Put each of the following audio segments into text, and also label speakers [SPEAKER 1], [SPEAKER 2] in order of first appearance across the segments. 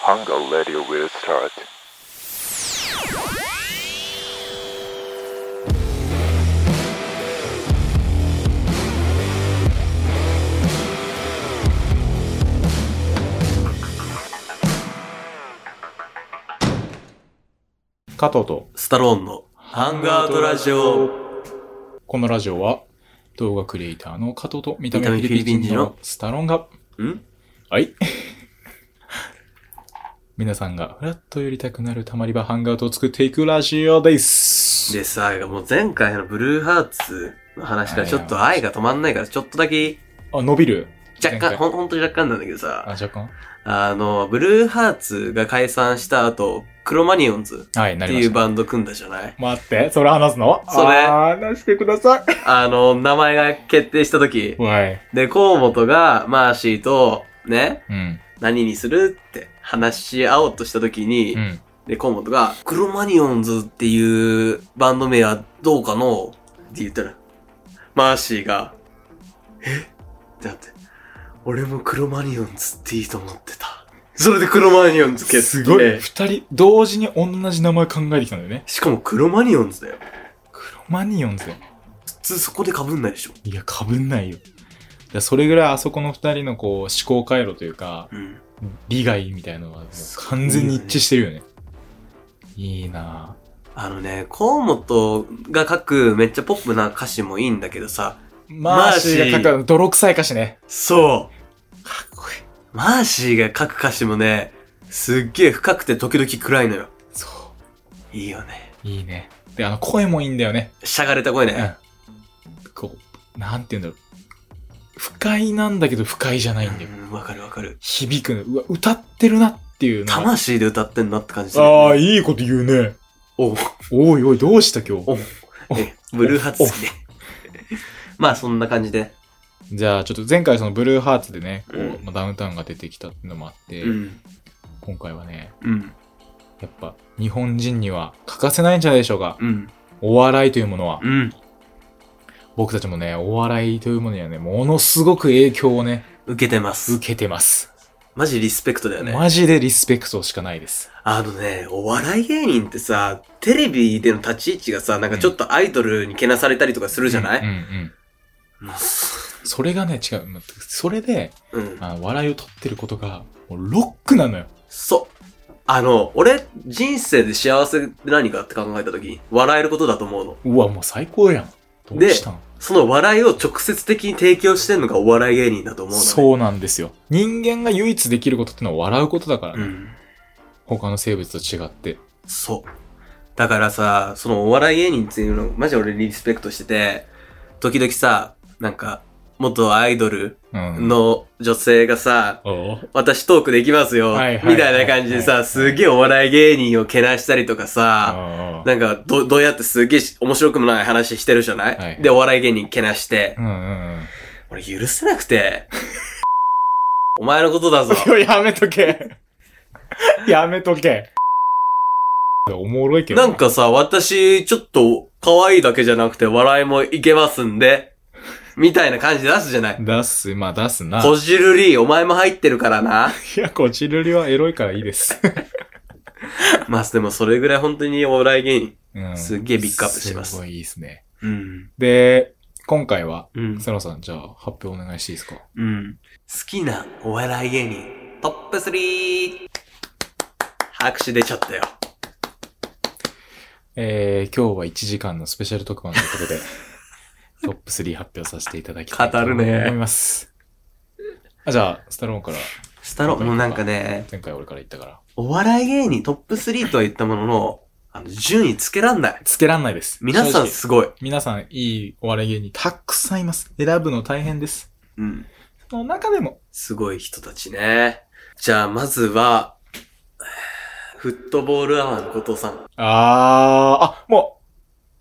[SPEAKER 1] Hunger Radio will start.
[SPEAKER 2] 加藤と
[SPEAKER 3] スタローンのハンガードラジオ。
[SPEAKER 2] このラジオは動画クリエイターの加藤と見た目
[SPEAKER 3] 見
[SPEAKER 2] フ
[SPEAKER 3] た目
[SPEAKER 2] ィリピン
[SPEAKER 3] フィリ
[SPEAKER 2] 人
[SPEAKER 3] ピン人
[SPEAKER 2] の
[SPEAKER 3] の
[SPEAKER 2] スタロンが
[SPEAKER 3] ん
[SPEAKER 2] はい 皆さんがフラッと寄りたくなるたまり場ハンガートを作っていくラジオです
[SPEAKER 3] でさ、もう前回のブルーハーツの話がちょっと愛が止まんないから、ちょっとだけ、
[SPEAKER 2] あ伸びる
[SPEAKER 3] 若
[SPEAKER 2] 前
[SPEAKER 3] 干、
[SPEAKER 2] 回
[SPEAKER 3] ほんほんとに若干なんだけど
[SPEAKER 2] あ
[SPEAKER 3] さ、
[SPEAKER 2] 若干
[SPEAKER 3] あの、ブルーハーツが解散した後、クロマニオンズ
[SPEAKER 2] はいな
[SPEAKER 3] って
[SPEAKER 2] りま
[SPEAKER 3] いう
[SPEAKER 2] した
[SPEAKER 3] バンド組んだじゃない
[SPEAKER 2] 待ってそれ話すの
[SPEAKER 3] それ
[SPEAKER 2] あー話してください
[SPEAKER 3] あの、名前が決定した時、
[SPEAKER 2] はい
[SPEAKER 3] で、河本がマーシーと、ね、
[SPEAKER 2] うん
[SPEAKER 3] 何にするって話し合おうとした時に、
[SPEAKER 2] うん
[SPEAKER 3] で、河本が、クロマニオンズっていうバンド名はどうかのって言ったら、マーシーが、えってなって、俺もクロマニオンズっていいと思ってた。それでクロマニオンズ決定。
[SPEAKER 2] すごい二人同時に同じ名前考えてきたんだよね
[SPEAKER 3] しかもクロマニオンズだよ。
[SPEAKER 2] クロマニオンズよ
[SPEAKER 3] 普通そこで被んないでしょ。
[SPEAKER 2] いやかぶんないよいやそれぐらいあそこの二人のこう思考回路というか
[SPEAKER 3] うん。
[SPEAKER 2] 利害みたいなのはもう完全に一致してるよね。いいな
[SPEAKER 3] あのね、河本が書くめっちゃポップな歌詞もいいんだけどさ、
[SPEAKER 2] ぁ。マーシーが書く泥臭い歌詞ね。
[SPEAKER 3] そう。かっこいい。マーシーが書く歌詞もね、すっげえ深くて時々暗いのよ。
[SPEAKER 2] そ
[SPEAKER 3] いいよね。
[SPEAKER 2] う。いいね。で、あの声もいいんだよね。
[SPEAKER 3] しゃがれた声ね。
[SPEAKER 2] うん。こう、なんて言うんだろう。不快なんだけど不快じゃないんだよ。
[SPEAKER 3] うんわかるわかる。
[SPEAKER 2] 響くの。うわ、歌ってるなっていうのが。
[SPEAKER 3] 魂で歌ってんなって感じする
[SPEAKER 2] ああ、いいこと言うね。
[SPEAKER 3] お
[SPEAKER 2] おいおい、どうした今日。
[SPEAKER 3] おえブルーハーツ好 きで。まあそんな感じで。
[SPEAKER 2] じゃあ、ちょっと前回そのブルーハーツでね、こう
[SPEAKER 3] うん
[SPEAKER 2] まあダウンタウンが出てきたっていうのもあって、
[SPEAKER 3] うん。
[SPEAKER 2] 今回はね、
[SPEAKER 3] うん。
[SPEAKER 2] やっぱ日本人には欠かせないんじゃないでしょうか。
[SPEAKER 3] うん。
[SPEAKER 2] お笑いというものは、
[SPEAKER 3] うん。
[SPEAKER 2] 僕たちもね、お笑いというものにはね、ものすごく影響をね、
[SPEAKER 3] 受けてます。
[SPEAKER 2] 受けてます。
[SPEAKER 3] マジリスペクトだよね。
[SPEAKER 2] マジでリスペクトしかないです。
[SPEAKER 3] あのね、お笑い芸人ってさ、テレビでの立ち位置がさ、なんかちょっとアイドルにけなされたりとかするじゃな
[SPEAKER 2] うん
[SPEAKER 3] い
[SPEAKER 2] うんうん。
[SPEAKER 3] もうす
[SPEAKER 2] それがね、違う。それで、
[SPEAKER 3] うん。
[SPEAKER 2] あの笑いを取ってることが、もうロックなのよ。
[SPEAKER 3] そう。あの、俺、人生で幸せって何かって考えた時に、笑えることだと思うの。
[SPEAKER 2] うわ、もう最高やん。どうしたん
[SPEAKER 3] その笑いを直接的に提供してんのがお笑い芸人だと思うの、ね。
[SPEAKER 2] そうなんですよ。人間が唯一できることってのは笑うことだから、
[SPEAKER 3] うん。
[SPEAKER 2] 他の生物と違って。
[SPEAKER 3] そう。だからさ、そのお笑い芸人っていうの、マジ俺リスペクトしてて、時々さ、なんか、元アイドル
[SPEAKER 2] うん。
[SPEAKER 3] の女性がさ、
[SPEAKER 2] お
[SPEAKER 3] 私トークできますよ、
[SPEAKER 2] はいはいはい
[SPEAKER 3] みたいな感じで
[SPEAKER 2] はいは
[SPEAKER 3] さ、
[SPEAKER 2] い
[SPEAKER 3] すげえお笑い芸人をけなしたりとかさ、
[SPEAKER 2] あ
[SPEAKER 3] なんかど、どうやってすげえし面白くもない話してるじゃない、
[SPEAKER 2] はい
[SPEAKER 3] で、お笑い芸人けなして
[SPEAKER 2] う、んうんうん。
[SPEAKER 3] 俺許せなく て、お前のことだぞ。
[SPEAKER 2] いややめと け。やめとけ。おもろいけど。
[SPEAKER 3] なんかさ、私、ちょっと、可愛いだけじゃなくて、笑いもいけますんで、みたいな感じ出すじゃない。
[SPEAKER 2] 出す、まあ出すな。
[SPEAKER 3] こじるり、お前も入ってるからな。
[SPEAKER 2] いや、こちるりはエロいからいいです。
[SPEAKER 3] まあ、でもそれぐらい本当にお笑い芸人。
[SPEAKER 2] うん
[SPEAKER 3] すっげえピックアップしてます
[SPEAKER 2] すごいいいですね。
[SPEAKER 3] うん。
[SPEAKER 2] で、今回は、
[SPEAKER 3] うん。
[SPEAKER 2] セロさん、じゃあ発表お願いしていいですか
[SPEAKER 3] うん。好きなお笑い芸人、トップ 3! 拍手出ちゃったよ。
[SPEAKER 2] えー、今日は1時間のスペシャル特番という ことで、トップ3発表させていただきたいと
[SPEAKER 3] 語
[SPEAKER 2] 思
[SPEAKER 3] るね
[SPEAKER 2] います。あ、じゃあ、スタローンから、
[SPEAKER 3] スタロー、もうなんかね、
[SPEAKER 2] 前回俺から言ったから。
[SPEAKER 3] お笑い芸人トップ3とは言ったものの、あの、順位つけらんない。
[SPEAKER 2] つけらんないです。
[SPEAKER 3] 皆さん
[SPEAKER 2] 正直
[SPEAKER 3] すごい。
[SPEAKER 2] 皆さん、いいお笑い芸人たくさんいます。選ぶの大変です。
[SPEAKER 3] うん。
[SPEAKER 2] その中でも、
[SPEAKER 3] すごい人たちね。じゃあ、まずは、えーフットボールアワーの後藤さん。
[SPEAKER 2] あー、あ、も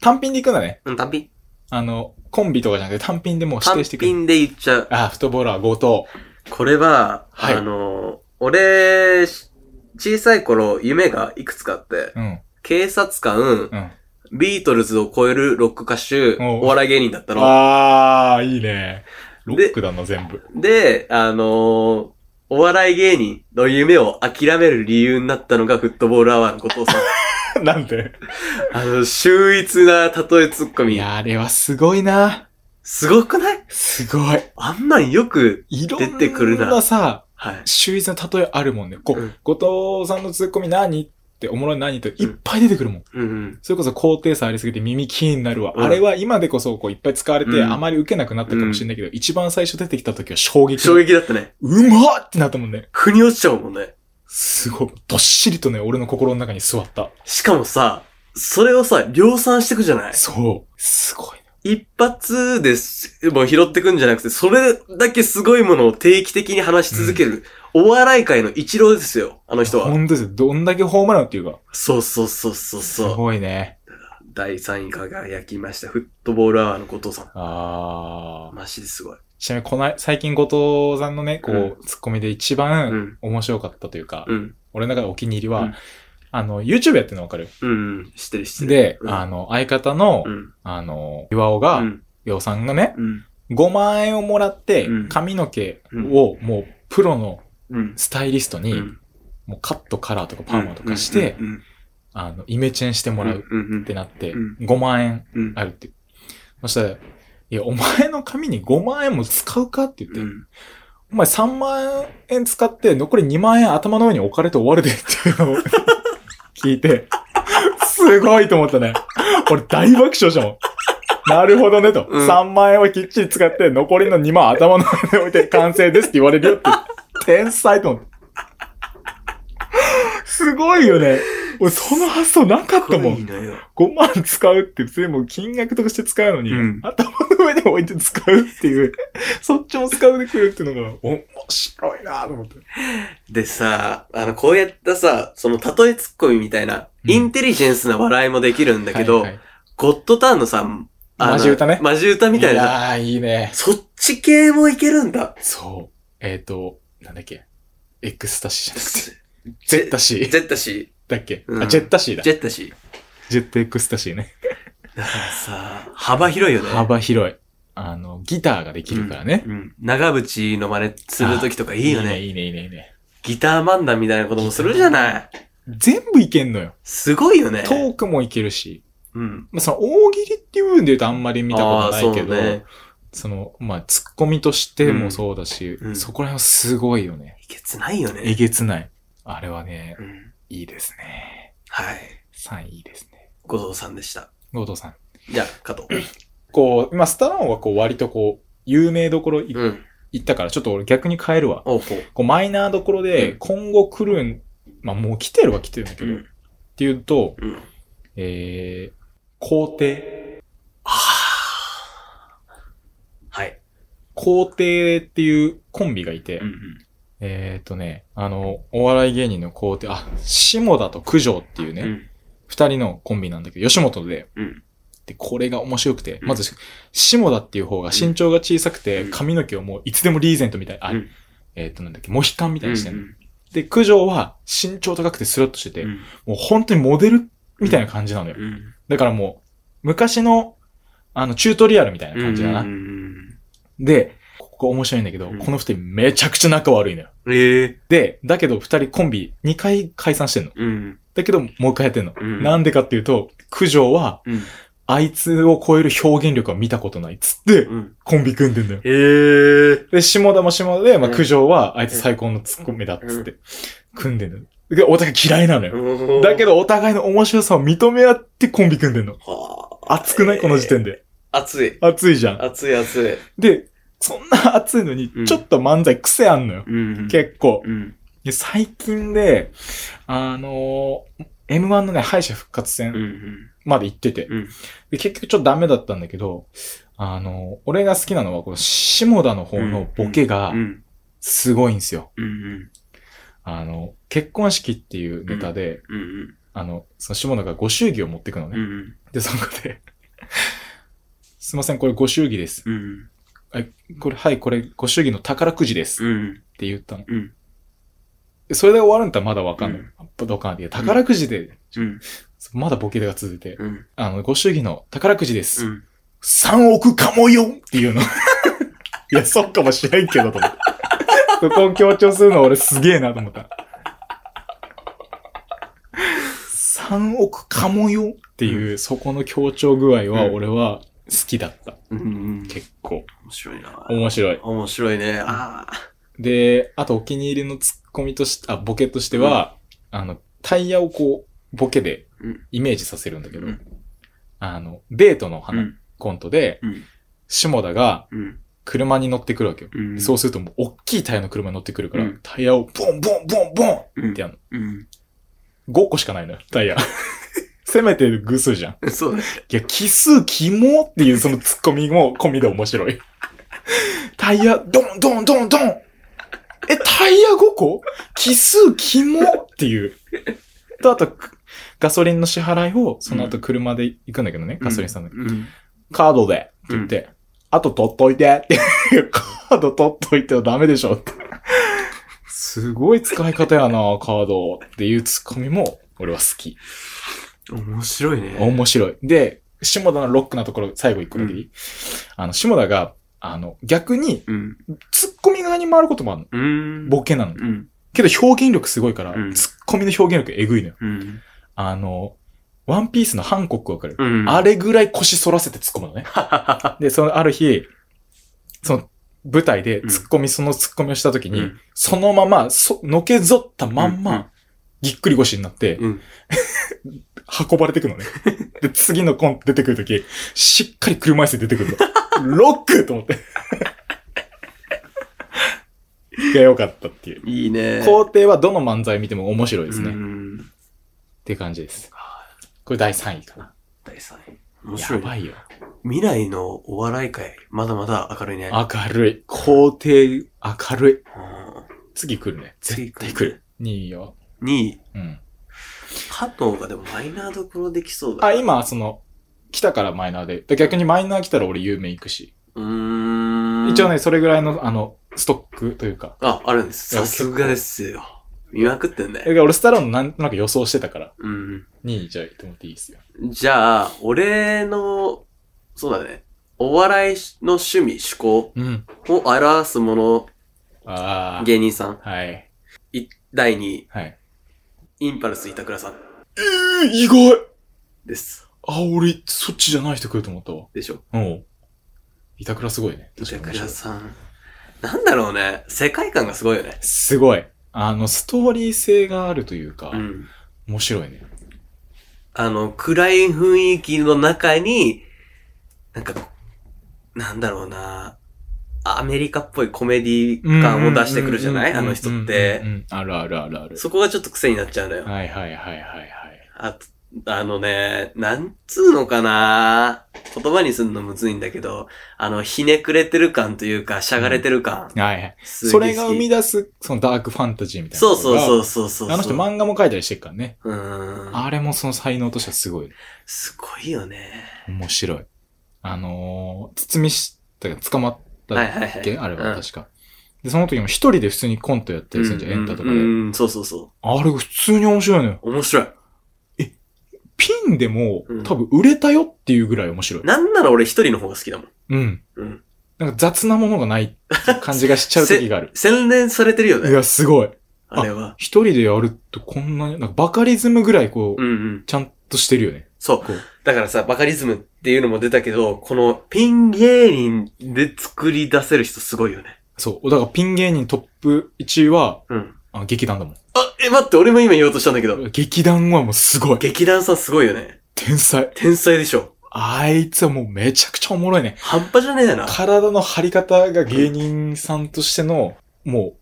[SPEAKER 2] う、単品で行くんだね。
[SPEAKER 3] うん、単品
[SPEAKER 2] あの、コンビとかじゃなくて単品でもう指
[SPEAKER 3] 単
[SPEAKER 2] 定してくる。
[SPEAKER 3] 品で言っちゃう。
[SPEAKER 2] あー、フットボーラー後
[SPEAKER 3] これは、
[SPEAKER 2] はい
[SPEAKER 3] あのー、俺、し小さい頃、夢がいくつかあって、
[SPEAKER 2] 藤。うん、
[SPEAKER 3] 警察官、
[SPEAKER 2] うん。
[SPEAKER 3] ビートルズを超えるロック歌手、
[SPEAKER 2] おう
[SPEAKER 3] お笑い芸人だったの。
[SPEAKER 2] あー、いいね。ロックだな、全部。
[SPEAKER 3] で、あのー、お笑い芸人の夢を諦める理由になったのがフットボールアワーの後 藤さん。
[SPEAKER 2] なんで
[SPEAKER 3] あの、秀逸な例えツッコ
[SPEAKER 2] い
[SPEAKER 3] ミ。
[SPEAKER 2] や、あれはすごいな。
[SPEAKER 3] すごくない
[SPEAKER 2] すごい。
[SPEAKER 3] あんなんよく、
[SPEAKER 2] いろん
[SPEAKER 3] 出てくるな
[SPEAKER 2] なさ、
[SPEAKER 3] はい。
[SPEAKER 2] 秀逸な例えあるもんね。こ
[SPEAKER 3] うん
[SPEAKER 2] 後藤さんのツッコミ何って、おもろい何っていっぱい出てくるもん。
[SPEAKER 3] うんうん。
[SPEAKER 2] それこそ高低差ありすぎて耳キーンになるわ。
[SPEAKER 3] うん
[SPEAKER 2] あれは今でこそこういっぱい使われて、
[SPEAKER 3] うん
[SPEAKER 2] あまり受けなくなったかもしれないけど、一番最初出てきた時は衝撃。
[SPEAKER 3] 衝撃だったね。
[SPEAKER 2] うまっってなったもんね。
[SPEAKER 3] 腑に落ちちゃうもんね。
[SPEAKER 2] すごい。どっしりとね、俺の心の中に座った。
[SPEAKER 3] しかもさ、それをさ、量産してくじゃない
[SPEAKER 2] そう。すごい。
[SPEAKER 3] 一発です、もう拾ってくんじゃなくて、それだけすごいものを定期的に話し続ける、お笑い界の一郎ですよ、あの人は。
[SPEAKER 2] 本当ですよ。どんだけホームランっていうか。
[SPEAKER 3] そうそうそうそう
[SPEAKER 2] す
[SPEAKER 3] そう。
[SPEAKER 2] ごいね。
[SPEAKER 3] 第3位輝きました、フットボールアワーの後藤さん。
[SPEAKER 2] あー。
[SPEAKER 3] マジですごい。
[SPEAKER 2] ちなみに、こない、最近後藤さんのね、こう、
[SPEAKER 3] う
[SPEAKER 2] ツッコミで一
[SPEAKER 3] う
[SPEAKER 2] 番
[SPEAKER 3] ん。
[SPEAKER 2] 面白かったというか、
[SPEAKER 3] うん。
[SPEAKER 2] 俺の中でお気に入りは、
[SPEAKER 3] うん
[SPEAKER 2] あの、YouTube やってるのわかる
[SPEAKER 3] うん。知ってる知ってる。
[SPEAKER 2] で、
[SPEAKER 3] うん
[SPEAKER 2] あの、相方の、
[SPEAKER 3] うん。
[SPEAKER 2] あの、岩尾が、
[SPEAKER 3] うん。
[SPEAKER 2] 岩尾さんがね、
[SPEAKER 3] うん。
[SPEAKER 2] 5万円をもらって
[SPEAKER 3] うん、
[SPEAKER 2] 髪の毛をもうプロの
[SPEAKER 3] うん。
[SPEAKER 2] スタイリスト
[SPEAKER 3] う
[SPEAKER 2] に、
[SPEAKER 3] ん
[SPEAKER 2] もうカットカラーとかパーマとかして、
[SPEAKER 3] うんうん
[SPEAKER 2] あの、イメチェンしてもらう
[SPEAKER 3] うんうん
[SPEAKER 2] ってなって、
[SPEAKER 3] うん
[SPEAKER 2] 5万円
[SPEAKER 3] うんうん
[SPEAKER 2] あるっていう。そしたら、いや、お前の髪に5万円も使うかって言って、
[SPEAKER 3] うん
[SPEAKER 2] お前3万円使って、残り2万円頭の上に置かれて終わるでっていう のを聞いて、すごいと思ったね。俺大爆笑したもん。なるほどねと。
[SPEAKER 3] うん
[SPEAKER 2] 3万円はきっちり使って、残りの2万頭の上に置いて完成ですって言われるよって。天才と思 って。すごいよね。俺その発想なかったも
[SPEAKER 3] いい
[SPEAKER 2] ん。
[SPEAKER 3] のよ。
[SPEAKER 2] 5万使うって普通にもう金額として使うのに、
[SPEAKER 3] うん
[SPEAKER 2] 頭の上に置いて使うって いう、そっちも使うでくれるっていうのが面白いなと思って。
[SPEAKER 3] でさ、あの、こうやったさ、その例えツッコミみたいな、
[SPEAKER 2] うん
[SPEAKER 3] インテリジェンスな笑いもできるんだけど、
[SPEAKER 2] はいはい
[SPEAKER 3] ゴッドターンのさ、あの
[SPEAKER 2] マジ歌ね
[SPEAKER 3] マジ歌みたい
[SPEAKER 2] い
[SPEAKER 3] な。
[SPEAKER 2] やー、いいね。
[SPEAKER 3] そっち系もいける んだ。
[SPEAKER 2] そう。えっ、ー、と、なんだっけ。エクスタシーじゃなくて。
[SPEAKER 3] ゼ
[SPEAKER 2] ゼッタシー。
[SPEAKER 3] ゼッタシ
[SPEAKER 2] だっけ、
[SPEAKER 3] うん
[SPEAKER 2] あ、ジェッタシーだ。
[SPEAKER 3] ー。
[SPEAKER 2] ジェ
[SPEAKER 3] ジェッタシー。
[SPEAKER 2] ットエクスタシーね。
[SPEAKER 3] だからさ、幅広いよね。
[SPEAKER 2] 幅広い。あの、ギターができるからね。
[SPEAKER 3] うん。長渕の真似するときとかいいよね。
[SPEAKER 2] いいね、いいね、いいね。
[SPEAKER 3] ギター漫談みたいなこともするじゃない。
[SPEAKER 2] 全部いけんのよ。
[SPEAKER 3] すごいよね。
[SPEAKER 2] トークもいけるし。
[SPEAKER 3] うん。
[SPEAKER 2] まあ、その、大喜利っていう部分で言うとあんまり見たことないけど、
[SPEAKER 3] あーそうね
[SPEAKER 2] その、まあ、ツッコミとしてもそうだし、
[SPEAKER 3] うんうん
[SPEAKER 2] そこら辺はすごいよね。
[SPEAKER 3] いけつないよ
[SPEAKER 2] え
[SPEAKER 3] ね。
[SPEAKER 2] げつない。あれはね、
[SPEAKER 3] うん。
[SPEAKER 2] いいですね。
[SPEAKER 3] はい。
[SPEAKER 2] 3位いいですね。
[SPEAKER 3] 後藤さんでした。
[SPEAKER 2] 後藤さん。
[SPEAKER 3] じゃあ、加藤。
[SPEAKER 2] こう、今、スタローンはこう、割とこう、有名どころい
[SPEAKER 3] うん。
[SPEAKER 2] 行ったから、ちょっと俺逆に変えるわ。
[SPEAKER 3] おうほう。
[SPEAKER 2] こう、マイナーどころで
[SPEAKER 3] う、ん
[SPEAKER 2] 今後来るん、まあ、もう来てるは来てるんだけど、っ。ていうと、
[SPEAKER 3] うん。
[SPEAKER 2] えー、皇帝。
[SPEAKER 3] はい。
[SPEAKER 2] 皇帝っていうコンビがいて、
[SPEAKER 3] ん。
[SPEAKER 2] えっ、ー、とね、あの、お笑い芸人の皇帝、あ、下田と九条っていうね、
[SPEAKER 3] うん。
[SPEAKER 2] 二人のコンビなんだけど、吉本で。
[SPEAKER 3] うん
[SPEAKER 2] で、これが面白くて、
[SPEAKER 3] うん
[SPEAKER 2] まず、下田っていう方が身長が小さくて、
[SPEAKER 3] うん
[SPEAKER 2] 髪の毛をもういつでもリーゼントみたい、あ、
[SPEAKER 3] うん
[SPEAKER 2] えっ、と、なんだっけ、モヒカンみたいにして
[SPEAKER 3] うんん
[SPEAKER 2] の、
[SPEAKER 3] うん
[SPEAKER 2] で、九条は身長高くてスラッとしてて、
[SPEAKER 3] うん
[SPEAKER 2] もう本当にモデルみたいな感じなのよ。
[SPEAKER 3] うん
[SPEAKER 2] だからもう、昔の、あの、チュートリアルみたいな感じだな。
[SPEAKER 3] うんうん
[SPEAKER 2] で、ここ面白いんだけど、
[SPEAKER 3] うん
[SPEAKER 2] この二人めちゃくちゃ仲悪いのよ。
[SPEAKER 3] うん。ええ。
[SPEAKER 2] で、だけど二人コンビ2回解散してんの。
[SPEAKER 3] うん。
[SPEAKER 2] だけど、もう一回やってんの。
[SPEAKER 3] うん
[SPEAKER 2] なんでかっていうと、九条は、
[SPEAKER 3] うん。
[SPEAKER 2] あいつを超える表現力は見たことないっつって、
[SPEAKER 3] うん。
[SPEAKER 2] コンビ組んでんだよ。
[SPEAKER 3] ええ。
[SPEAKER 2] で、下田も下田で、まあ、
[SPEAKER 3] うん
[SPEAKER 2] 苦情は、あいつ最高のツッコミだっつって、組んでんだよ。で、お互い嫌いなのよ。だけ
[SPEAKER 3] ど、
[SPEAKER 2] ど、お互いの面白さを認め合ってコンビ組んでんの。
[SPEAKER 3] はあ
[SPEAKER 2] 熱くないこの時点で。
[SPEAKER 3] 熱い。
[SPEAKER 2] 熱いじゃん。
[SPEAKER 3] 熱い熱い。
[SPEAKER 2] で、そんな熱いのに
[SPEAKER 3] うん、
[SPEAKER 2] ちょっと漫才癖あんのよ。
[SPEAKER 3] うん
[SPEAKER 2] 結構。
[SPEAKER 3] うん。
[SPEAKER 2] で最近で、あのー M1 のね、敗者復活戦
[SPEAKER 3] うんうん。
[SPEAKER 2] まで行ってて、
[SPEAKER 3] うん
[SPEAKER 2] で結局ちょっとダメだったんだけど、あの、俺が好きなのは、この下田の方のボケが
[SPEAKER 3] うん。
[SPEAKER 2] すごいんですよ。
[SPEAKER 3] うんうん。
[SPEAKER 2] あの、結婚式っていうネタで、
[SPEAKER 3] うんうん。
[SPEAKER 2] あの、その下田がご祝儀を持ってくのね。
[SPEAKER 3] うんうん。
[SPEAKER 2] で、そこで、 すいません、これご祝儀です。
[SPEAKER 3] うん
[SPEAKER 2] これ、はい、これご祝儀の宝くじです。っ
[SPEAKER 3] うん。
[SPEAKER 2] て言ったの。
[SPEAKER 3] うん
[SPEAKER 2] でそれで終わるんだったらまだわかんない。
[SPEAKER 3] うん
[SPEAKER 2] あどうかなって。いや宝くじで、
[SPEAKER 3] うん。
[SPEAKER 2] まだボケが続いて、
[SPEAKER 3] うん。
[SPEAKER 2] あの、ご祝儀の宝くじです。
[SPEAKER 3] うん。
[SPEAKER 2] 3億かもよっていうの。いや、そうかもしれんけど、と思って。そこを強調するの俺すげえなと思った。3億かもよっていう、そこの強調具合は
[SPEAKER 3] うん
[SPEAKER 2] 俺は好きだった。
[SPEAKER 3] うん。
[SPEAKER 2] 結構。
[SPEAKER 3] 面白いな。
[SPEAKER 2] 面白い。
[SPEAKER 3] 面白いね。ああ。
[SPEAKER 2] で、あとお気に入りのツッコミとして、あ、ボケとしては、あの、タイヤをこう、ボケで
[SPEAKER 3] うん
[SPEAKER 2] イメージさせるんだけど、
[SPEAKER 3] うん
[SPEAKER 2] あの、デートの
[SPEAKER 3] う
[SPEAKER 2] 花、
[SPEAKER 3] ん。
[SPEAKER 2] コントで、
[SPEAKER 3] うん
[SPEAKER 2] 下田が
[SPEAKER 3] うん。
[SPEAKER 2] 車に乗ってくるわけよ。
[SPEAKER 3] うん。
[SPEAKER 2] そうするともう、大きいタイヤの車に乗ってくるから、
[SPEAKER 3] うん
[SPEAKER 2] タイヤをボンボンボンボン
[SPEAKER 3] うん。
[SPEAKER 2] ってやる
[SPEAKER 3] うん。
[SPEAKER 2] の。5個しかないのよ、タイヤ。 せめて偶数じゃん。い
[SPEAKER 3] そうだね。
[SPEAKER 2] や、奇数キモっていうそのツッコミも込みで面白い。タイヤ、ドンドンドンドンえ、タイヤ5個奇数キモっていう。と、あと、くガソリンの支払いを、その後車で行くんだけどね、ガソリンスタンドに。
[SPEAKER 3] うん。
[SPEAKER 2] カードでって言って、あと取っといて って。カード取っといてはダメでしょって。すごい使い方やな、カードっていうツッコミも、俺は好き。
[SPEAKER 3] 面白いね。
[SPEAKER 2] 面白い。で、下田のロックなところ、最後一個だけいい、あの、下田が、あの、逆に、
[SPEAKER 3] うん。
[SPEAKER 2] ツッコミ側に回ることもあるの。
[SPEAKER 3] うん。
[SPEAKER 2] ボケなの。
[SPEAKER 3] うん。
[SPEAKER 2] けど表現力すごいから、
[SPEAKER 3] うん
[SPEAKER 2] ツッコミの表現力えぐいのよ。
[SPEAKER 3] うん。
[SPEAKER 2] あの、ワンピースのハンコックわかる、
[SPEAKER 3] うん。
[SPEAKER 2] あれぐらい腰反らせて突っ込むの ね。で、そのある日、その舞台で突っ込み、その突っ込みをした時に、
[SPEAKER 3] うん
[SPEAKER 2] そのままそ、のけぞったまんま、ぎっくり腰になって、
[SPEAKER 3] うん
[SPEAKER 2] 運ばれてくの ね。で、次のコント出てくるとき、しっかり車椅子で出てくるの。ロックと思 って。が良かったっていう。
[SPEAKER 3] いいね。
[SPEAKER 2] 工程はどの漫才見ても面白いですね。
[SPEAKER 3] う
[SPEAKER 2] っ
[SPEAKER 3] ん。
[SPEAKER 2] て感じです。これ第3位かな。
[SPEAKER 3] 第3位。面白
[SPEAKER 2] や
[SPEAKER 3] いね
[SPEAKER 2] ばいよ。
[SPEAKER 3] 未来のお笑い界、まだまだ明るいね。
[SPEAKER 2] 明るい。工程、明るい。
[SPEAKER 3] うん、
[SPEAKER 2] 次来るね。
[SPEAKER 3] 次
[SPEAKER 2] 絶
[SPEAKER 3] 来
[SPEAKER 2] 対
[SPEAKER 3] る
[SPEAKER 2] 来る。2位よ。
[SPEAKER 3] 2位、
[SPEAKER 2] うん。
[SPEAKER 3] 加藤がでもマイナーどころできそうだ。
[SPEAKER 2] あ、。今、その、来たからマイナーで。で逆にマイナー来たら俺有名行くし。
[SPEAKER 3] うーん。
[SPEAKER 2] 一応。ね、それぐらいの、あの、ストックというか。
[SPEAKER 3] あ、あるんです。
[SPEAKER 2] いや
[SPEAKER 3] さすがですよ。見まくってん
[SPEAKER 2] だ
[SPEAKER 3] ね。
[SPEAKER 2] から俺スタローンのなんとなく予想してたから、
[SPEAKER 3] うん。
[SPEAKER 2] 2位じゃあと思っていいですよ。
[SPEAKER 3] じゃあ、俺の、そうだね。お笑いの趣味、趣向
[SPEAKER 2] うん。
[SPEAKER 3] を表すもの、
[SPEAKER 2] あ
[SPEAKER 3] 芸人さん。
[SPEAKER 2] あ。はい。
[SPEAKER 3] い第2位、
[SPEAKER 2] はい。
[SPEAKER 3] インパルス板倉さん
[SPEAKER 2] ええ意外
[SPEAKER 3] です。
[SPEAKER 2] あ、俺、そっちじゃない人来ると思ったわ。
[SPEAKER 3] でしょ。
[SPEAKER 2] うん。板倉すごいね。
[SPEAKER 3] 板
[SPEAKER 2] 面白
[SPEAKER 3] 倉
[SPEAKER 2] い
[SPEAKER 3] さん。なんだろうね。世界観がすごいよね。
[SPEAKER 2] すごい。あの、ストーリー性があるというか、
[SPEAKER 3] うん。
[SPEAKER 2] 面白いね。
[SPEAKER 3] あの、暗い雰囲気の中に、なんか、なんだろうな、アメリカっぽいコメディ感を出してくるじゃないあの人っ
[SPEAKER 2] うんう
[SPEAKER 3] て。
[SPEAKER 2] んうん。あるあるあるある。
[SPEAKER 3] そこがちょっと癖になっちゃうのよ。
[SPEAKER 2] はいはいはいはいはい。
[SPEAKER 3] あとあのね、なんつうのかな言葉にするのむずいんだけど、あの、ひねくれてる感というか、しゃがれてる感。
[SPEAKER 2] はいはい。
[SPEAKER 3] す
[SPEAKER 2] そ
[SPEAKER 3] げえ
[SPEAKER 2] れが生み
[SPEAKER 3] 好き
[SPEAKER 2] 出す、そのダークファンタジーみたいな
[SPEAKER 3] そ
[SPEAKER 2] の
[SPEAKER 3] う
[SPEAKER 2] が。
[SPEAKER 3] そうそうそうそう。
[SPEAKER 2] あの人漫画も描いたりしてるからね。
[SPEAKER 3] うーん。
[SPEAKER 2] あれもその才能としてはすごい。
[SPEAKER 3] すごいよね。
[SPEAKER 2] 面白い。あのー、包みしたが捕まった
[SPEAKER 3] はい
[SPEAKER 2] っ
[SPEAKER 3] はいはい。
[SPEAKER 2] けあれ
[SPEAKER 3] う
[SPEAKER 2] は
[SPEAKER 3] ん
[SPEAKER 2] 確か。で、その時も一人で普通にコントやったりするじゃん、エンタとか
[SPEAKER 3] うんう
[SPEAKER 2] で。
[SPEAKER 3] んうん、そうそうそ
[SPEAKER 2] あれが普通に面白いのよ。
[SPEAKER 3] う。面白い。
[SPEAKER 2] ピンでも
[SPEAKER 3] うん
[SPEAKER 2] 多分売れたよっていうぐらい面白い。
[SPEAKER 3] なんなら俺一人の方が好きだもん。
[SPEAKER 2] うん。
[SPEAKER 3] うん。
[SPEAKER 2] なんか雑なものがないっていう感じがしちゃう時があ る。
[SPEAKER 3] 洗練されてるよ
[SPEAKER 2] い
[SPEAKER 3] ね。
[SPEAKER 2] や、すごい。
[SPEAKER 3] あれは。
[SPEAKER 2] 一人でやるとこんなに、なんかバカリズムぐらいこう、
[SPEAKER 3] うんうん。
[SPEAKER 2] ちゃんとしてるよね。
[SPEAKER 3] そう
[SPEAKER 2] こう。
[SPEAKER 3] だからさ、バカリズムっていうのも出たけど、このピン芸人で作り出せる人すごいよね。
[SPEAKER 2] そう。だからピン芸人トップ1位は、
[SPEAKER 3] うん。
[SPEAKER 2] あ劇団だもん。
[SPEAKER 3] あ、え、待って、俺も今言おうとしたんだけど。
[SPEAKER 2] 劇団はもうすごい。
[SPEAKER 3] 劇団さんすごいよね。
[SPEAKER 2] 天才。
[SPEAKER 3] 天才でしょ。
[SPEAKER 2] あいつはもうめちゃくちゃおもろいね。
[SPEAKER 3] 半端じゃねえな。
[SPEAKER 2] 体の張り方が芸人さんとしての、も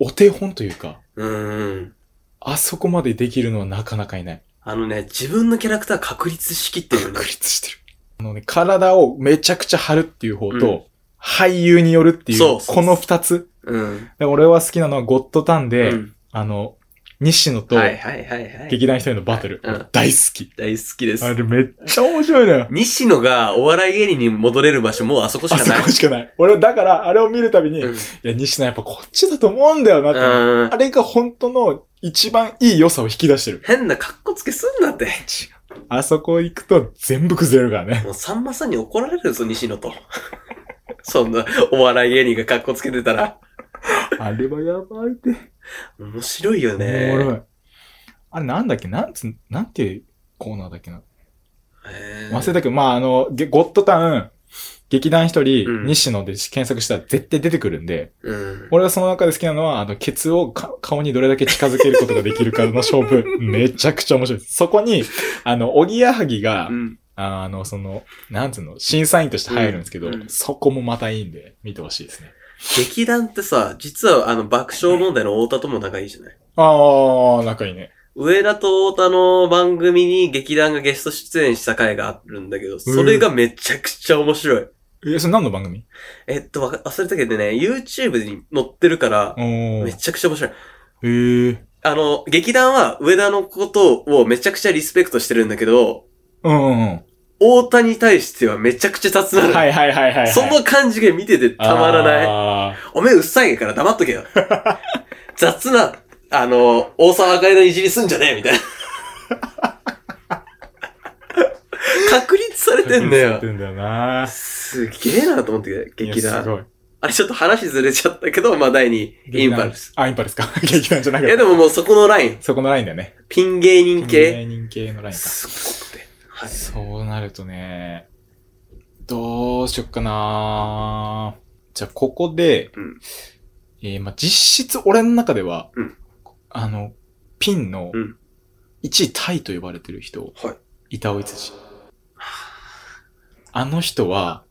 [SPEAKER 2] う、お手本というか、
[SPEAKER 3] うんうん。
[SPEAKER 2] あそこまでできるのはなかなかいない。
[SPEAKER 3] あのね、自分のキャラクター確立しきってるよね
[SPEAKER 2] 確。立してる。あのね、体をめちゃくちゃ張るっていう方と、
[SPEAKER 3] うん
[SPEAKER 2] 俳優によるっていう、
[SPEAKER 3] そうそうそう
[SPEAKER 2] この二つ。
[SPEAKER 3] うん。
[SPEAKER 2] で俺は好きなのはゴッドタンで、
[SPEAKER 3] うん
[SPEAKER 2] あの、西野と
[SPEAKER 3] はいはいはいはい。
[SPEAKER 2] 劇団一人のバトル、
[SPEAKER 3] うん
[SPEAKER 2] 大好き。
[SPEAKER 3] 大好きです
[SPEAKER 2] あ。れめっちゃ面白いのよ。
[SPEAKER 3] 西野がお笑い芸人に戻れる場所もうあそこし
[SPEAKER 2] あ
[SPEAKER 3] か
[SPEAKER 2] そ
[SPEAKER 3] ない。
[SPEAKER 2] こしかない。俺はだから、あれを見るたびに、
[SPEAKER 3] う
[SPEAKER 2] い
[SPEAKER 3] ん
[SPEAKER 2] や、西野やっぱこっちだと思うんだよなって。
[SPEAKER 3] うん
[SPEAKER 2] あれが本当の一番いい良さを引き出してる。
[SPEAKER 3] 変な格好つけすんなって。
[SPEAKER 2] あそこ行くと全部崩れるからね。
[SPEAKER 3] もうさんまさん に怒られるぞ、西野と。そんなお笑い芸人が格好つけてたら。
[SPEAKER 2] あれはやばいって。
[SPEAKER 3] 面白いよね。
[SPEAKER 2] おもろい。あれなんだっけなんつ、なんていうコーナーだっけな
[SPEAKER 3] えー
[SPEAKER 2] 忘れたけど、まあ、あの、ゲゴッドタウン、劇団一人、
[SPEAKER 3] うん
[SPEAKER 2] 西野で検索したら絶対出てくるんで、
[SPEAKER 3] うん。
[SPEAKER 2] 俺がその中で好きなのは、あの、ケツをか顔にどれだけ近づけることができるかの勝 負、めちゃくちゃ面白いです。そこに、あの、おぎやはぎが、
[SPEAKER 3] うん
[SPEAKER 2] あの、その、なんつうの、審査員として入るんですけど、
[SPEAKER 3] うんうん
[SPEAKER 2] そこもまたいいんで、見てほしいですね。
[SPEAKER 3] 劇団ってさ、実はあの爆笑問題の太田とも仲いいじゃない
[SPEAKER 2] あー、仲いいね。
[SPEAKER 3] 上田と太田の番組に劇団がゲスト出演した回があるんだけど、それがめちゃくちゃ面白い。
[SPEAKER 2] え、それ何の番組
[SPEAKER 3] えっと、わか忘れたけどね、YouTube に載ってるから
[SPEAKER 2] お、ー。
[SPEAKER 3] めちゃくちゃ面白い。
[SPEAKER 2] えー。
[SPEAKER 3] あの、劇団は上田のことをめちゃくちゃリスペクトしてるんだけど、
[SPEAKER 2] うんうんうん。
[SPEAKER 3] 太田に対してはめちゃくちゃ雑なの。
[SPEAKER 2] はいはいはいはい、はい。
[SPEAKER 3] その感じが見ててたまらない。
[SPEAKER 2] あ
[SPEAKER 3] おめえうっさいから黙っとけよ。 雑な、あの、大沢あかりのいじりすんじゃねえみたいな。 確立され
[SPEAKER 2] ー。
[SPEAKER 3] てんだ
[SPEAKER 2] やっ
[SPEAKER 3] よ
[SPEAKER 2] て。んだよな
[SPEAKER 3] すげえなと思って、劇
[SPEAKER 2] いやす
[SPEAKER 3] 団。
[SPEAKER 2] ごい。
[SPEAKER 3] あれちょっと話ずれちゃったけど、まあ第2、インパルス。。
[SPEAKER 2] あ、インパルスか。 劇団じゃないく
[SPEAKER 3] や
[SPEAKER 2] て。
[SPEAKER 3] でももうそこのライン。
[SPEAKER 2] そこのラインだよね。
[SPEAKER 3] ピン芸人系。
[SPEAKER 2] 芸人系のラインか。
[SPEAKER 3] すごくて。はい。
[SPEAKER 2] そうなるとね、どうしよっかなじゃあ、ここで、
[SPEAKER 3] うん
[SPEAKER 2] えーまあ、実質俺の中では、
[SPEAKER 3] うん
[SPEAKER 2] あの、ピンの
[SPEAKER 3] うん
[SPEAKER 2] 1位タイと呼ばれてる人、
[SPEAKER 3] はい
[SPEAKER 2] 板尾いつじ。あの人は、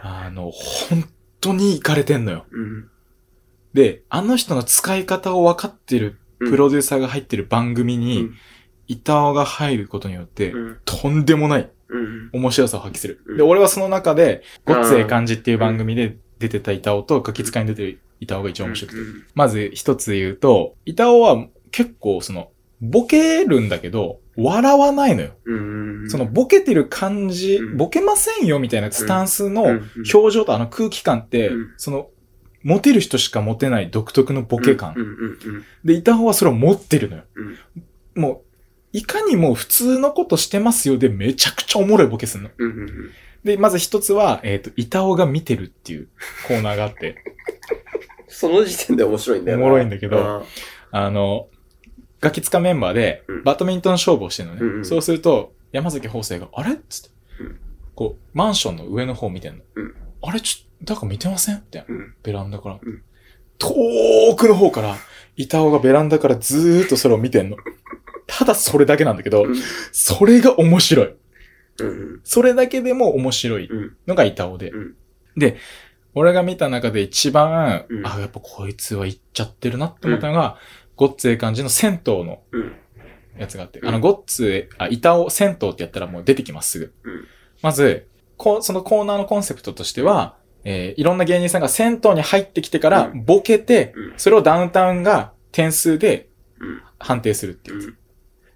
[SPEAKER 2] あの、本当に行かれてんのよ。
[SPEAKER 3] うん。
[SPEAKER 2] で、あの人の使い方を分かってる
[SPEAKER 3] うん
[SPEAKER 2] プロデューサーが入ってる番組
[SPEAKER 3] う
[SPEAKER 2] に
[SPEAKER 3] ん、
[SPEAKER 2] 板尾が入ることによって、
[SPEAKER 3] うん。
[SPEAKER 2] とんでもない
[SPEAKER 3] うん。
[SPEAKER 2] 面白さを発揮する
[SPEAKER 3] う。ん
[SPEAKER 2] で、俺はその中で、
[SPEAKER 3] あー
[SPEAKER 2] ごっつええ感じっていう番組で出てた板尾と、ガキ使いに出てる板尾が一番面白くて。
[SPEAKER 3] うん
[SPEAKER 2] まず一つ言うと、板尾は結構その、ボケるんだけど、笑わないのよ。
[SPEAKER 3] うん。
[SPEAKER 2] その、ボケてる感じ
[SPEAKER 3] う、ん
[SPEAKER 2] ボケませんよみたいなスタンスの
[SPEAKER 3] うんうん
[SPEAKER 2] 表情とあの空気感って
[SPEAKER 3] うん、
[SPEAKER 2] その、モテる人しかモテない独特のボケ感
[SPEAKER 3] う。んうんうん
[SPEAKER 2] で、板尾はそれを持ってるのよ。もう、いかにも普通のことしてますよでめちゃくちゃおもろいボケすんの。
[SPEAKER 3] うん。うんうん。
[SPEAKER 2] で、まず一つは、えっ、と、板尾が見てるっていうコーナーがあって、
[SPEAKER 3] その時点で面白いんだよな
[SPEAKER 2] おもろいんだけど
[SPEAKER 3] あ
[SPEAKER 2] あの、ガキツカメンバーで
[SPEAKER 3] うん
[SPEAKER 2] バドミントン勝負をしてるのね。
[SPEAKER 3] うんうん
[SPEAKER 2] そうすると、山崎法生が、あれっつって
[SPEAKER 3] うん、
[SPEAKER 2] こう、マンションの上の方見てんの。
[SPEAKER 3] うん
[SPEAKER 2] あれちょ、だから見てませんみたいな
[SPEAKER 3] ー。うん。
[SPEAKER 2] ベランダから。
[SPEAKER 3] うん
[SPEAKER 2] 遠くの方から、板尾がベランダからずーっとそれを見てんの。ただそれだけなんだけど、
[SPEAKER 3] うん
[SPEAKER 2] それが面白い。
[SPEAKER 3] うん。
[SPEAKER 2] それだけでも面白い
[SPEAKER 3] うん。
[SPEAKER 2] のが板尾で。
[SPEAKER 3] うん
[SPEAKER 2] で、俺が見た中で一番、
[SPEAKER 3] うん
[SPEAKER 2] あ、やっぱこいつは行っちゃってるなって思ったのが、ごっつええ感じの銭湯の
[SPEAKER 3] うん。
[SPEAKER 2] やつがあって、
[SPEAKER 3] うん
[SPEAKER 2] あの、ごっつえ、あ、板尾銭湯ってやったらもう出てきます、すぐ。
[SPEAKER 3] うん
[SPEAKER 2] まず、こうそのコーナーのコンセプトとしては、えーいろんな芸人さんが銭湯に入ってきてから
[SPEAKER 3] う
[SPEAKER 2] ボケて、
[SPEAKER 3] うん
[SPEAKER 2] それをダウンタウンが点数で
[SPEAKER 3] うん
[SPEAKER 2] 判定するっていううやつ。
[SPEAKER 3] ん。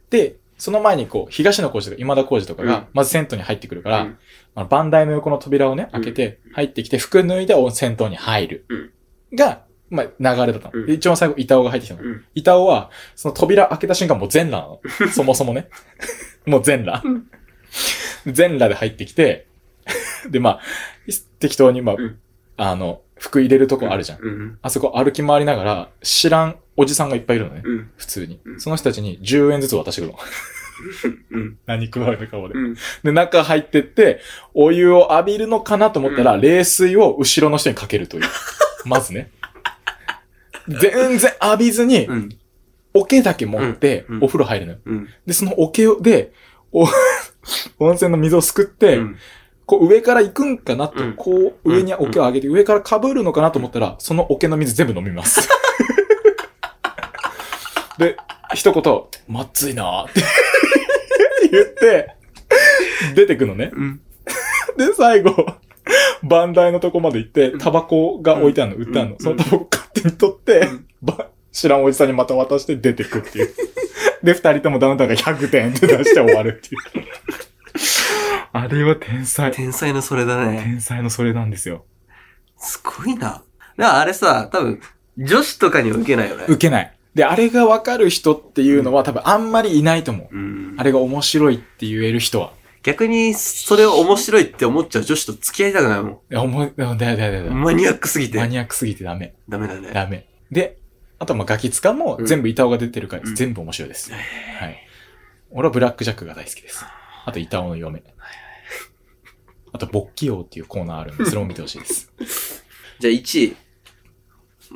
[SPEAKER 2] で、その前にこう、東野幸治とか今田耕司とか
[SPEAKER 3] う
[SPEAKER 2] が
[SPEAKER 3] ん、
[SPEAKER 2] まず銭湯に入ってくるから、
[SPEAKER 3] うん
[SPEAKER 2] あの、バンダイの横の扉をね、開けて、入ってきて、服脱いで銭湯に入る。が、まあ、流れだった
[SPEAKER 3] う
[SPEAKER 2] の。
[SPEAKER 3] ん
[SPEAKER 2] で一番最後、板尾が入ってきたの。
[SPEAKER 3] うん
[SPEAKER 2] 板尾は、その扉開けた瞬間もう全裸なの。そもそもね。 もう全裸。全裸で入ってきて、で、まあ、適当に、まあ
[SPEAKER 3] うん、
[SPEAKER 2] あの、服入れるとこあるじゃん。
[SPEAKER 3] うん。
[SPEAKER 2] あそこ歩き回りながら、知らんおじさんがいっぱいいるのね。
[SPEAKER 3] うん。
[SPEAKER 2] 普通に
[SPEAKER 3] う。ん
[SPEAKER 2] その人たちに10円ずつ渡してくるの。
[SPEAKER 3] うん。
[SPEAKER 2] 何食われた顔で
[SPEAKER 3] う。ん。
[SPEAKER 2] で、中入ってって、お湯を浴びるのかなと思ったら、
[SPEAKER 3] うん
[SPEAKER 2] 冷水を後ろの人にかけるという。 まずね。全然浴びずに
[SPEAKER 3] う、ん。
[SPEAKER 2] 桶だけ持って
[SPEAKER 3] うんう、ん
[SPEAKER 2] お風呂入るのよ。
[SPEAKER 3] うん。
[SPEAKER 2] で、その桶をで、お、 温泉の水をすくって、こう上から行くんかなと、
[SPEAKER 3] うん
[SPEAKER 2] こう上に桶を上げて、上から被るのかなと思ったら、その桶の水全部飲みます。で、一言、まっついなーって 言って、出てくのね。
[SPEAKER 3] うん。
[SPEAKER 2] で、最後、バンダイのとこまで行って、タバコが置いてあるの、
[SPEAKER 3] ん
[SPEAKER 2] 売ってある
[SPEAKER 3] う
[SPEAKER 2] の
[SPEAKER 3] ん。
[SPEAKER 2] そのタバコ勝手に取って
[SPEAKER 3] うん、
[SPEAKER 2] ば知らんおじさんにまた渡して出てくっていう。で、二人ともダウンタウンが100点で出して終わるっていう。あれは天才。
[SPEAKER 3] 天才のそれだね。
[SPEAKER 2] 天才のそれなんですよ。
[SPEAKER 3] すごいな。だからあれさ、多分、女子とかには受けないよね。
[SPEAKER 2] 受けない。で、あれがわかる人っていうのは多分あんまりいないと思う。
[SPEAKER 3] うん。
[SPEAKER 2] あれが面白いって言える人は。
[SPEAKER 3] 逆に、それを面白いって思っちゃう女子と付き合いたくないも
[SPEAKER 2] いや、思い、だだだだだ
[SPEAKER 3] ん。マニアックすぎ
[SPEAKER 2] マ
[SPEAKER 3] て。
[SPEAKER 2] ニアックすぎてダメ。
[SPEAKER 3] ダメだね。
[SPEAKER 2] ダメ。で、あとはまあガキツカも全部板尾が出てるから、
[SPEAKER 3] うん
[SPEAKER 2] 全部面白いです。はい。俺はブラックジャックが大好きです。あと板尾の嫁。あと、勃起王っていうコーナーあるんで、それも見てほしいです。
[SPEAKER 3] じゃあ1位。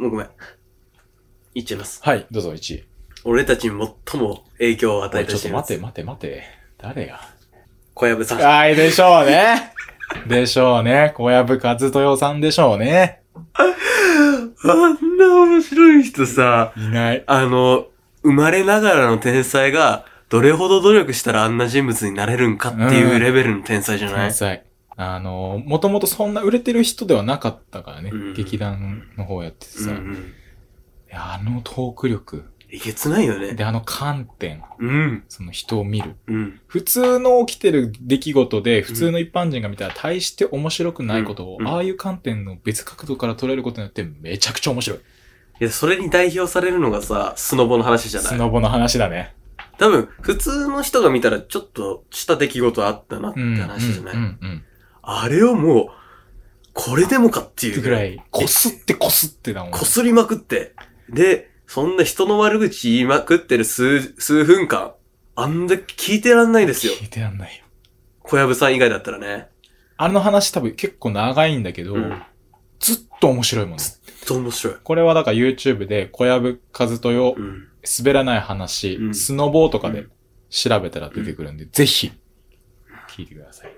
[SPEAKER 3] もうごめん。いっちゃいます。
[SPEAKER 2] はい、どうぞ1位。
[SPEAKER 3] 俺たちに最も影響を与
[SPEAKER 2] お
[SPEAKER 3] え
[SPEAKER 2] い
[SPEAKER 3] た
[SPEAKER 2] ちょっと
[SPEAKER 3] 人物
[SPEAKER 2] 待て待て待て。誰が
[SPEAKER 3] 小籔さん。
[SPEAKER 2] あい、でしょうね。でしょうね。小籔和豊さんでしょうね。
[SPEAKER 3] あんな面白い人さ、
[SPEAKER 2] いない。
[SPEAKER 3] あの、生まれながらの天才が、どれほど努力したらあんな人物になれるんかっていうんレベルの天才じゃない、
[SPEAKER 2] 天才。あの、もともとそんな売れてる人ではなかったからね。
[SPEAKER 3] うん
[SPEAKER 2] 劇団の方やってて
[SPEAKER 3] うん
[SPEAKER 2] さ、
[SPEAKER 3] う
[SPEAKER 2] い
[SPEAKER 3] ん。
[SPEAKER 2] やあのトーク力。
[SPEAKER 3] えげつないよね。
[SPEAKER 2] で、あの観点。
[SPEAKER 3] うん。
[SPEAKER 2] その人を見る。
[SPEAKER 3] うん。
[SPEAKER 2] 普通の起きてる出来事で、普通の一般人が見たら大して面白くないことを
[SPEAKER 3] う、んうん
[SPEAKER 2] ああいう観点の別角度から捉えることによってめちゃくちゃ面白い。
[SPEAKER 3] いや、それに代表されるのがさ、スノボの話じゃな
[SPEAKER 2] ス
[SPEAKER 3] い
[SPEAKER 2] ノボの話だね。
[SPEAKER 3] 多分、普通の人が見たらちょっとした出来事あったなって
[SPEAKER 2] うん。
[SPEAKER 3] 話じゃない、
[SPEAKER 2] うんうんうん。
[SPEAKER 3] あれをもう、これでもかって
[SPEAKER 2] っ
[SPEAKER 3] い
[SPEAKER 2] て
[SPEAKER 3] う
[SPEAKER 2] ぐらい、こすってこすってだもん。
[SPEAKER 3] こすりまくって。で、そんな人の悪口言いまくってる数、数分間、あんだけ聞いてらんないですよ。
[SPEAKER 2] 聞いてらんないよ。
[SPEAKER 3] 小籔さん以外だったらね。
[SPEAKER 2] あの話多分結構長いんだけど、
[SPEAKER 3] うん。
[SPEAKER 2] ずっと面白いもんね。
[SPEAKER 3] ずっと面白い。
[SPEAKER 2] これはだから YouTube で小籔和豊
[SPEAKER 3] うん。
[SPEAKER 2] 滑らない話、
[SPEAKER 3] うん
[SPEAKER 2] スノボーとかで
[SPEAKER 3] う
[SPEAKER 2] 調べたら出てくるんで、ぜひ、聞いてください。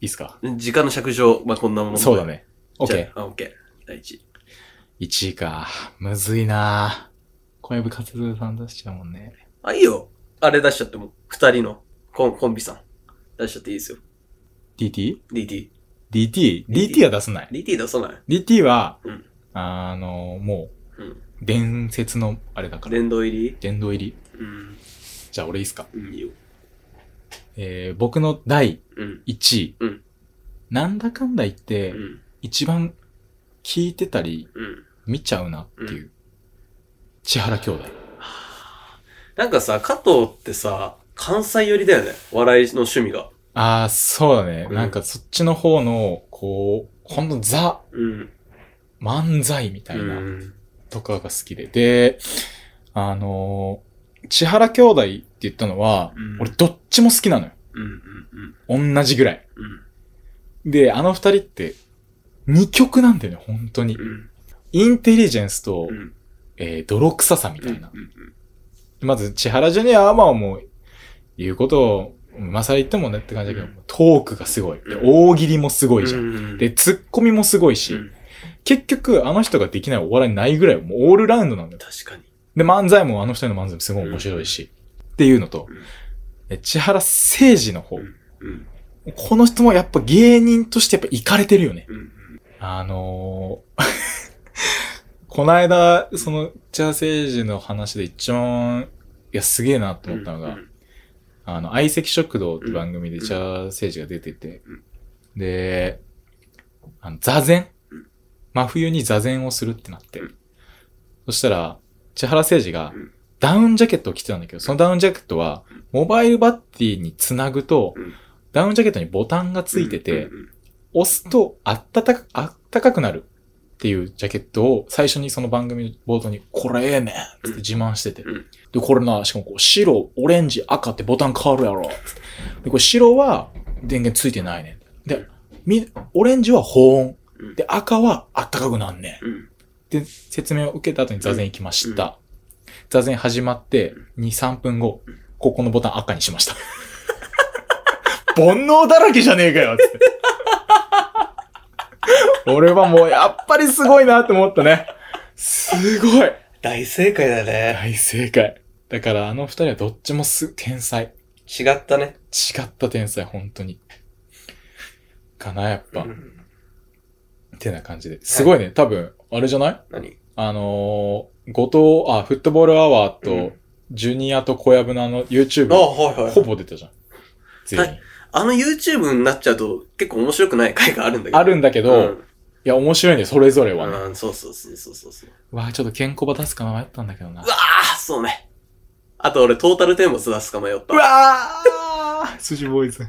[SPEAKER 2] いいっすか
[SPEAKER 3] 時間の尺上、まあ、こんなもので
[SPEAKER 2] そうだ。ね。
[SPEAKER 3] じゃ
[SPEAKER 2] OK。
[SPEAKER 3] ああ、オッケー。第一。
[SPEAKER 2] 1位か。むずいな小籔和豊さん出しちゃうもんね。
[SPEAKER 3] あ、いいよ。あれ出しちゃっても、二人のコンコンビさん。出しちゃっていいですよ。
[SPEAKER 2] DT?DT?DT
[SPEAKER 3] DT。
[SPEAKER 2] DT は出さない。
[SPEAKER 3] DT 出さない。
[SPEAKER 2] DT は、
[SPEAKER 3] うん
[SPEAKER 2] あの、も
[SPEAKER 3] う、
[SPEAKER 2] うん伝説の、あれだから、
[SPEAKER 3] 殿堂入り
[SPEAKER 2] 殿堂入り。
[SPEAKER 3] うん。
[SPEAKER 2] じゃあ俺いいっすか。
[SPEAKER 3] うん、いいよ。
[SPEAKER 2] えー、僕の第
[SPEAKER 3] うん。
[SPEAKER 2] 1位。
[SPEAKER 3] うん
[SPEAKER 2] なんだかんだ言っ
[SPEAKER 3] う
[SPEAKER 2] て、
[SPEAKER 3] ん。
[SPEAKER 2] 一番聞いてたり、
[SPEAKER 3] うん。
[SPEAKER 2] 見ちゃうなっていう。千原兄弟。
[SPEAKER 3] なんかさ、加藤ってさ、関西寄りだよね。笑いの趣味が。
[SPEAKER 2] ああ、そうだね。
[SPEAKER 3] うん
[SPEAKER 2] なんかそっちの方の、こう、ほんとザ
[SPEAKER 3] うん。。
[SPEAKER 2] 漫才みたいうなんとかが好きで。で、あのー千原兄弟って言ったのは、
[SPEAKER 3] うん
[SPEAKER 2] 俺どっちも好きなのよ。
[SPEAKER 3] うんうんうん
[SPEAKER 2] 同じぐらい。
[SPEAKER 3] う
[SPEAKER 2] で、あの二人って、二極なんだよね、本当に。
[SPEAKER 3] んうん
[SPEAKER 2] インテリジェンスと、
[SPEAKER 3] うん
[SPEAKER 2] えー泥臭さみたいな。
[SPEAKER 3] うんうん
[SPEAKER 2] まず、千原ジュニアはまあもう、言うことを、今更言ってもねって感じだけど、
[SPEAKER 3] う
[SPEAKER 2] トークがすごい。で大喜利もすごいじゃん。
[SPEAKER 3] うん
[SPEAKER 2] で、ツッコミもすごいし、
[SPEAKER 3] うん
[SPEAKER 2] 結局、あの人ができないお笑いないぐらい、もうオールラウンドなんだよ。
[SPEAKER 3] 確かに。
[SPEAKER 2] で、漫才もあの人の漫才もすごい面白いし、っていうのと
[SPEAKER 3] うん、
[SPEAKER 2] え千原誠二の方、
[SPEAKER 3] んうん
[SPEAKER 2] この人もやっぱ芸人としてやっぱ行かれてるよね。
[SPEAKER 3] うん
[SPEAKER 2] あのー、 こないだ、その、千原誠二の話で一番、いや、すげえなと思ったのが、
[SPEAKER 3] うん
[SPEAKER 2] あの、相席食堂って番組でチャーセージが出てて
[SPEAKER 3] うん、
[SPEAKER 2] で、あの、座禅
[SPEAKER 3] うん
[SPEAKER 2] 真冬に座禅をするってなって
[SPEAKER 3] うん。
[SPEAKER 2] そしたら、千原誠二が
[SPEAKER 3] うん
[SPEAKER 2] ダウンジャケットを着てたんだけど、そのダウンジャケットは、モバイルバッテリーにつなぐと
[SPEAKER 3] うん、
[SPEAKER 2] ダウンジャケットにボタンがついてて
[SPEAKER 3] う、ん
[SPEAKER 2] 押すとあったたか、あったかくなるっていうジャケットを最初にその番組の冒頭に、これええねんつって自慢してて。
[SPEAKER 3] うん
[SPEAKER 2] で、これな、しかもこう白、オレンジ、赤ってボタン変わるやろ。つってで、これ白は電源ついてないねん。で、み、オレンジは保温。
[SPEAKER 3] うん
[SPEAKER 2] で、赤はあったかくなんねん。
[SPEAKER 3] うん
[SPEAKER 2] で、説明を受けた後に座禅行きました。座禅始まって、2、3分後、ここのボタン赤にしました。 煩悩だらけじゃねえかよつ って。俺はもう、やっぱりすごいなって思ったね。すごい
[SPEAKER 3] 大正解だね。
[SPEAKER 2] 大正解。だからあの二人はどっちもす、天才。
[SPEAKER 3] 違ったね。
[SPEAKER 2] 違った天才、本当に。かな、やっぱ。
[SPEAKER 3] うん
[SPEAKER 2] てな感じで。すごいね、多分、あれじゃない
[SPEAKER 3] 何
[SPEAKER 2] あのー、後藤、あ、フットボールアワー
[SPEAKER 3] う
[SPEAKER 2] と
[SPEAKER 3] ん、
[SPEAKER 2] ジュニアと小籔のあの、YouTube、
[SPEAKER 3] あ、はいはい。
[SPEAKER 2] ほぼ出たじゃん。全員。
[SPEAKER 3] あの YouTube になっちゃうと結構面白くない回があるんだけど。
[SPEAKER 2] あるんだけ
[SPEAKER 3] け
[SPEAKER 2] ど、いや、面白いね、それぞれはね。
[SPEAKER 3] うん、そうそうそうそうそうそう。
[SPEAKER 2] うわあちょっと健康場出すか迷ったんだけどな。
[SPEAKER 3] うわあそうね。あと俺トータルテンボス出すか迷った。
[SPEAKER 2] わー寿司ボーイズ。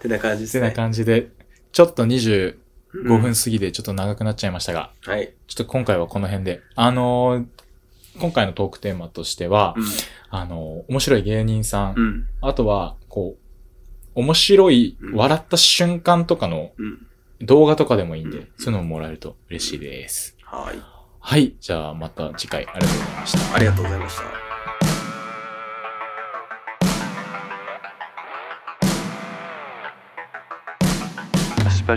[SPEAKER 3] てな感じです
[SPEAKER 2] て
[SPEAKER 3] ね。
[SPEAKER 2] な感じで、ちょっと25
[SPEAKER 3] うん
[SPEAKER 2] 分過ぎでちょっと長くなっちゃいましたが、
[SPEAKER 3] はい。
[SPEAKER 2] ちょっと今回はこの辺で。あのー今回のトークテーマとしては、あのー面白い芸人さん、
[SPEAKER 3] うん。うん。
[SPEAKER 2] あとは、こう、面白い、
[SPEAKER 3] うん
[SPEAKER 2] 笑った瞬間とかの
[SPEAKER 3] うん。
[SPEAKER 2] 動画とかでもいいんで、
[SPEAKER 3] うん
[SPEAKER 2] そういうのももらえると嬉しいです。
[SPEAKER 3] はい。
[SPEAKER 2] はい。じゃあ、また次回ありがとうございました。
[SPEAKER 3] ありがとうございました。
[SPEAKER 1] A